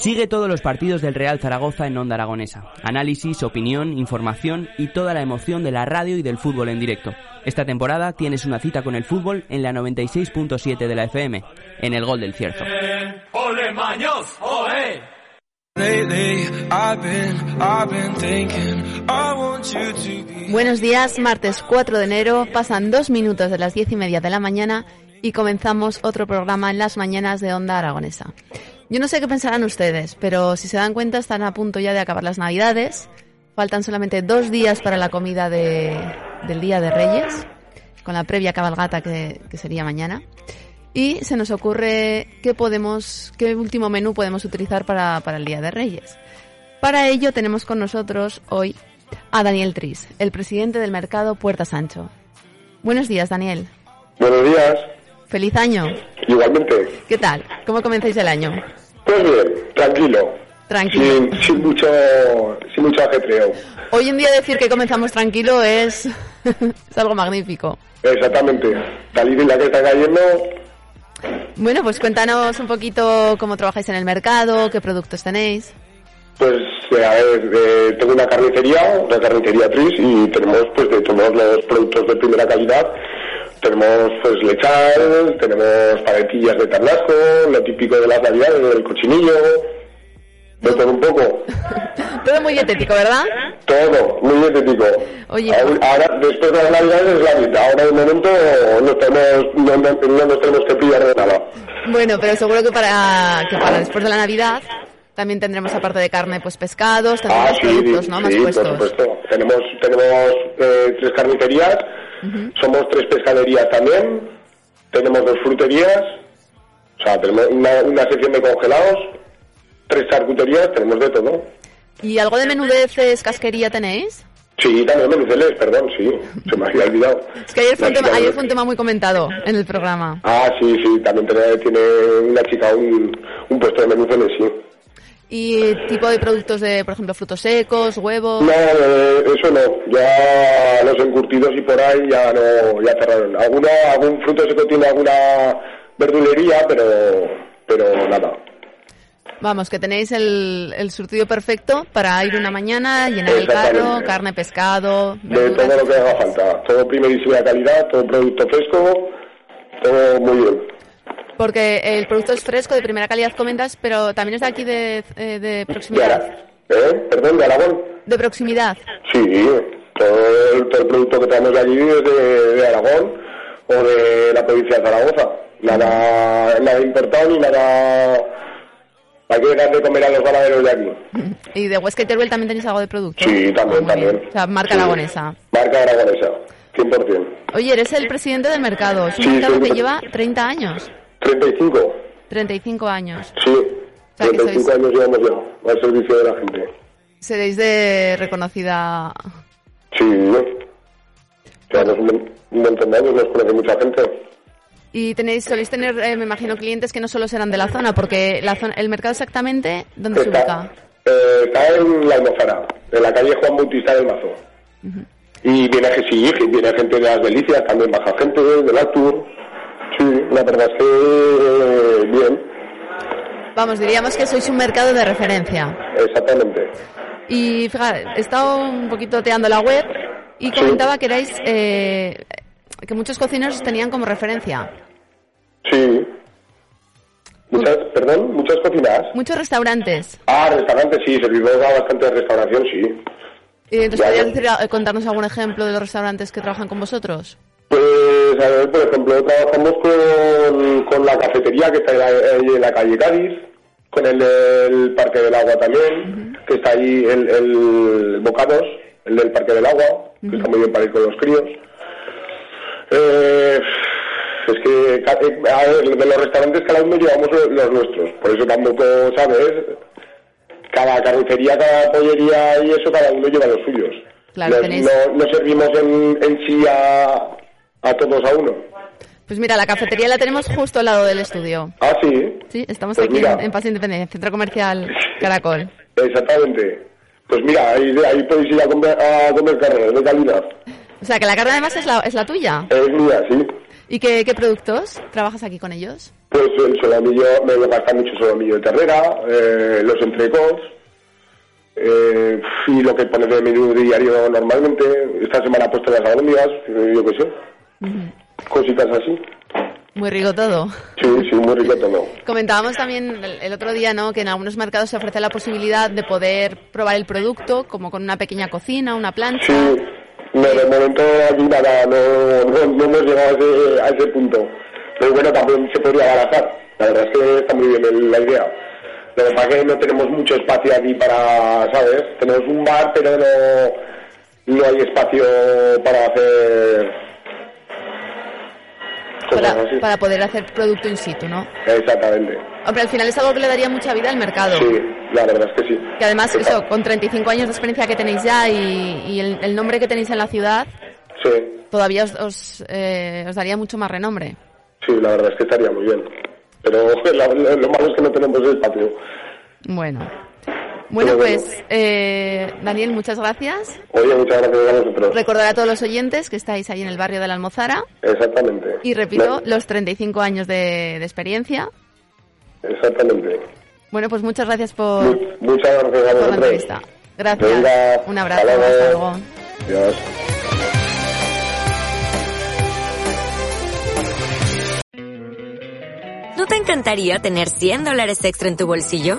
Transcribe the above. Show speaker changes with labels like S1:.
S1: Sigue todos los partidos del Real Zaragoza en Onda Aragonesa. Análisis, opinión, información y toda la emoción de la radio y del fútbol en directo. Esta temporada tienes una cita con el fútbol en la 96.7 de la FM, en el Gol del Cierzo.
S2: ¡Ole Maños! ¡Ole!
S3: Buenos días, martes 4 de enero, pasan dos minutos de las diez y media de la mañana y comenzamos otro programa en las mañanas de Onda Aragonesa. Yo no sé qué pensarán ustedes, pero si se dan cuenta están a punto ya de acabar las navidades, faltan solamente dos días para la comida de- del Día de Reyes, con la previa cabalgata que, que sería mañana. Y se nos ocurre qué podemos, qué último menú podemos utilizar para, para el Día de Reyes. Para ello tenemos con nosotros hoy a Daniel Tris, el presidente del mercado Puerta Sancho. Buenos días, Daniel.
S4: Buenos días,
S3: Feliz año.
S4: igualmente.
S3: ¿Qué tal? ¿Cómo comenzáis el año?
S4: Pues bien, tranquilo,
S3: Tranquilo.
S4: sin, sin mucho sin mucho ajetreo.
S3: Hoy en día decir que comenzamos tranquilo es, es algo magnífico.
S4: Exactamente, tal y la que está cayendo,
S3: Bueno, pues cuéntanos un poquito cómo trabajáis en el mercado, qué productos tenéis.
S4: pues eh, a ver, eh, tengo una carnicería, una carnicería Tris, y tenemos pues de todos los productos de primera calidad. Tenemos pues lechal, tenemos paletillas de tarnasco, lo típico de las navidades, del cochinillo, de todo un poco.
S3: Todo muy dietético, ¿verdad?
S4: Todo, muy estético.
S3: Oye,
S4: Ahora- ahora, después de las navidades es la vida. Ahora de momento no, tenemos, no, no- no nos tenemos que pillar de nada.
S3: Bueno, pero seguro que para, que para después de la Navidad también tendremos aparte de carne, pues pescados, también
S4: Ah,
S3: los
S4: sí,
S3: productos,
S4: sí,
S3: ¿no? Más
S4: sí, por
S3: puestos.
S4: supuesto. Tenemos, tenemos eh, tres carnicerías, somos tres pescaderías también, tenemos dos fruterías, o sea, tenemos una, una sección de congelados, tres charcuterías, tenemos de todo.
S3: ¿Y algo de menudeces, casquería tenéis?
S4: Sí, también menudeles, perdón, sí, se me había olvidado.
S3: Es que ayer fue, un
S4: La
S3: tema,
S4: chica
S3: ayer
S4: de-
S3: fue un tema muy comentado en el programa.
S4: Ah, sí, sí, también tiene, tiene una chica un, un puesto de menudeles, sí.
S3: ¿Y tipo de productos de, por ejemplo, frutos secos, huevos?
S4: No, eh, eso no. Ya los encurtidos y por ahí ya no, ya cerraron. Alguna, algún fruto seco tiene alguna verdulería, pero, pero nada.
S3: Vamos, que tenéis el, el surtido perfecto para ir una mañana, llenar el carro,
S4: Exactamente.
S3: carne, pescado,
S4: De
S3: verduras,
S4: todo lo que haga falta. Todo primerísima calidad, todo producto fresco, todo muy bien.
S3: Porque el producto es fresco, de primera calidad comentas, pero también es de aquí de, eh, de
S4: ¿De
S3: proximidad.
S4: Aragón? ¿Eh? ¿Perdón, de Aragón?
S3: De proximidad.
S4: Sí, todo el, todo el producto que traemos de allí es de, de Aragón o de la provincia de Zaragoza. Nada, nada importado ni nada... Hay que dejar de comer a los ganaderos de aquí.
S3: ¿Y de Huesca y Teruel también tenéis algo de producto?
S4: Sí, también,
S3: Ah, muy bien.
S4: también.
S3: O sea, marca
S4: Sí.
S3: aragonesa.
S4: Marca aragonesa, 100%.
S3: Oye, eres el presidente del mercado. Es un
S4: Sí,
S3: mercado
S4: soy-
S3: que lleva 30 años,
S4: 35,
S3: 35 años.
S4: sí.
S3: O sea, que
S4: 35
S3: sois-
S4: años llevamos ya al servicio de la gente.
S3: Seréis de reconocida...
S4: Sí, llevamos un, un montón de años, nos conoce mucha gente.
S3: Y tenéis, soléis tener, eh, me imagino, clientes que no solo serán de la zona, porque la zona, el mercado exactamente, ¿dónde se
S4: Está,
S3: ubica?
S4: eh, está en la almozara, en la calle Juan Bautista del Mazo. Y viene, que sí, que viene gente de las Delicias, también baja gente del Altur. Sí, la verdad es que eh, bien,
S3: Vamos, diríamos que sois un mercado de referencia.
S4: exactamente.
S3: Y fíjate, he estado un poquito teando la web y comentaba que erais eh, que muchos cocineros os tenían como referencia.
S4: Sí. Muchas, perdón, muchas cocinas.
S3: Muchos restaurantes.
S4: Ah, restaurantes, sí, servimos a bastante restauración, sí.
S3: Eh, Entonces,
S4: Ya, ya.
S3: ¿podrías decir- eh, contarnos algún ejemplo de los restaurantes que trabajan con vosotros?
S4: Pues, a ver, por ejemplo, trabajamos con, con la cafetería que está en la, ahí en la calle Cádiz, con el, del Parque del Agua también, que está ahí el, el Bocados, el del Parque del Agua, que está muy bien para ir con los críos. Eh, es que, ca- eh, a ver, de los restaurantes cada uno llevamos lo- los nuestros, por eso tampoco, ¿sabes? Cada carnicería, cada pollería y eso, cada uno lleva los suyos.
S3: Claro,
S4: no,
S3: tenéis-
S4: no- no servimos en, en sí a, a todos a uno.
S3: Pues mira, la cafetería la tenemos justo al lado del estudio.
S4: Ah, sí.
S3: Sí, estamos
S4: Pues
S3: aquí
S4: mira.
S3: en, en Paseo Independencia, Centro Comercial Caracol.
S4: Exactamente. Pues mira, ahí, ahí podéis ir a comer, a comer carne, de calidad.
S3: O sea, que la carne además es la, es la tuya.
S4: Es mía, sí.
S3: ¿Y qué, qué productos trabajas aquí con ellos?
S4: Pues el solomillo, me lo gasta mucho solomillo de ternera, eh, los entrecots, eh, y lo que pone de menú diario normalmente. Esta semana he puesto las albóndigas, eh, yo qué sé. Cositas así.
S3: Muy rico todo.
S4: Sí, sí, muy rico todo.
S3: Comentábamos también el, el otro día, ¿no? Que en algunos mercados se ofrece la posibilidad de poder probar el producto, como con una pequeña cocina, una plancha.
S4: Sí, no, de momento aquí nada, no, no, no hemos llegado a ese, a ese punto. Pero bueno, también se podría abaratar. La verdad es que está muy bien el- la idea. Lo que pasa es que no tenemos mucho espacio aquí para, ¿sabes? Tenemos un bar, pero no, no hay espacio para hacer cosas así.
S3: Para, para poder hacer producto in situ, ¿no?
S4: Exactamente.
S3: Hombre, al final es algo que le daría mucha vida al mercado.
S4: Sí, la verdad es que sí.
S3: Que además,
S4: Está-
S3: eso, con 35 años de experiencia que tenéis ya y, y el, el nombre que tenéis en la ciudad,
S4: Sí,
S3: todavía os, os, eh, os daría mucho más renombre.
S4: sí, la verdad es que estaría muy bien. Pero la- lo lo malo es que no tenemos espacio.
S3: Bueno. Bueno,
S4: Pero bueno.
S3: pues, eh, Daniel, muchas gracias.
S4: Oye, muchas gracias a vosotros.
S3: Recordar a todos los oyentes que estáis ahí en el barrio de la Almozara.
S4: Exactamente.
S3: Y repito,
S4: No,
S3: los 35 años de, de experiencia.
S4: Exactamente.
S3: Bueno, pues muchas gracias por,
S4: Mu- Muchas gracias a
S3: por la
S4: vosotros.
S3: entrevista. Gracias.
S4: Venga,
S3: Un abrazo.
S4: hasta luego.
S3: Hasta luego.
S4: Adiós.
S5: ¿No te encantaría tener 100 dólares extra en tu bolsillo?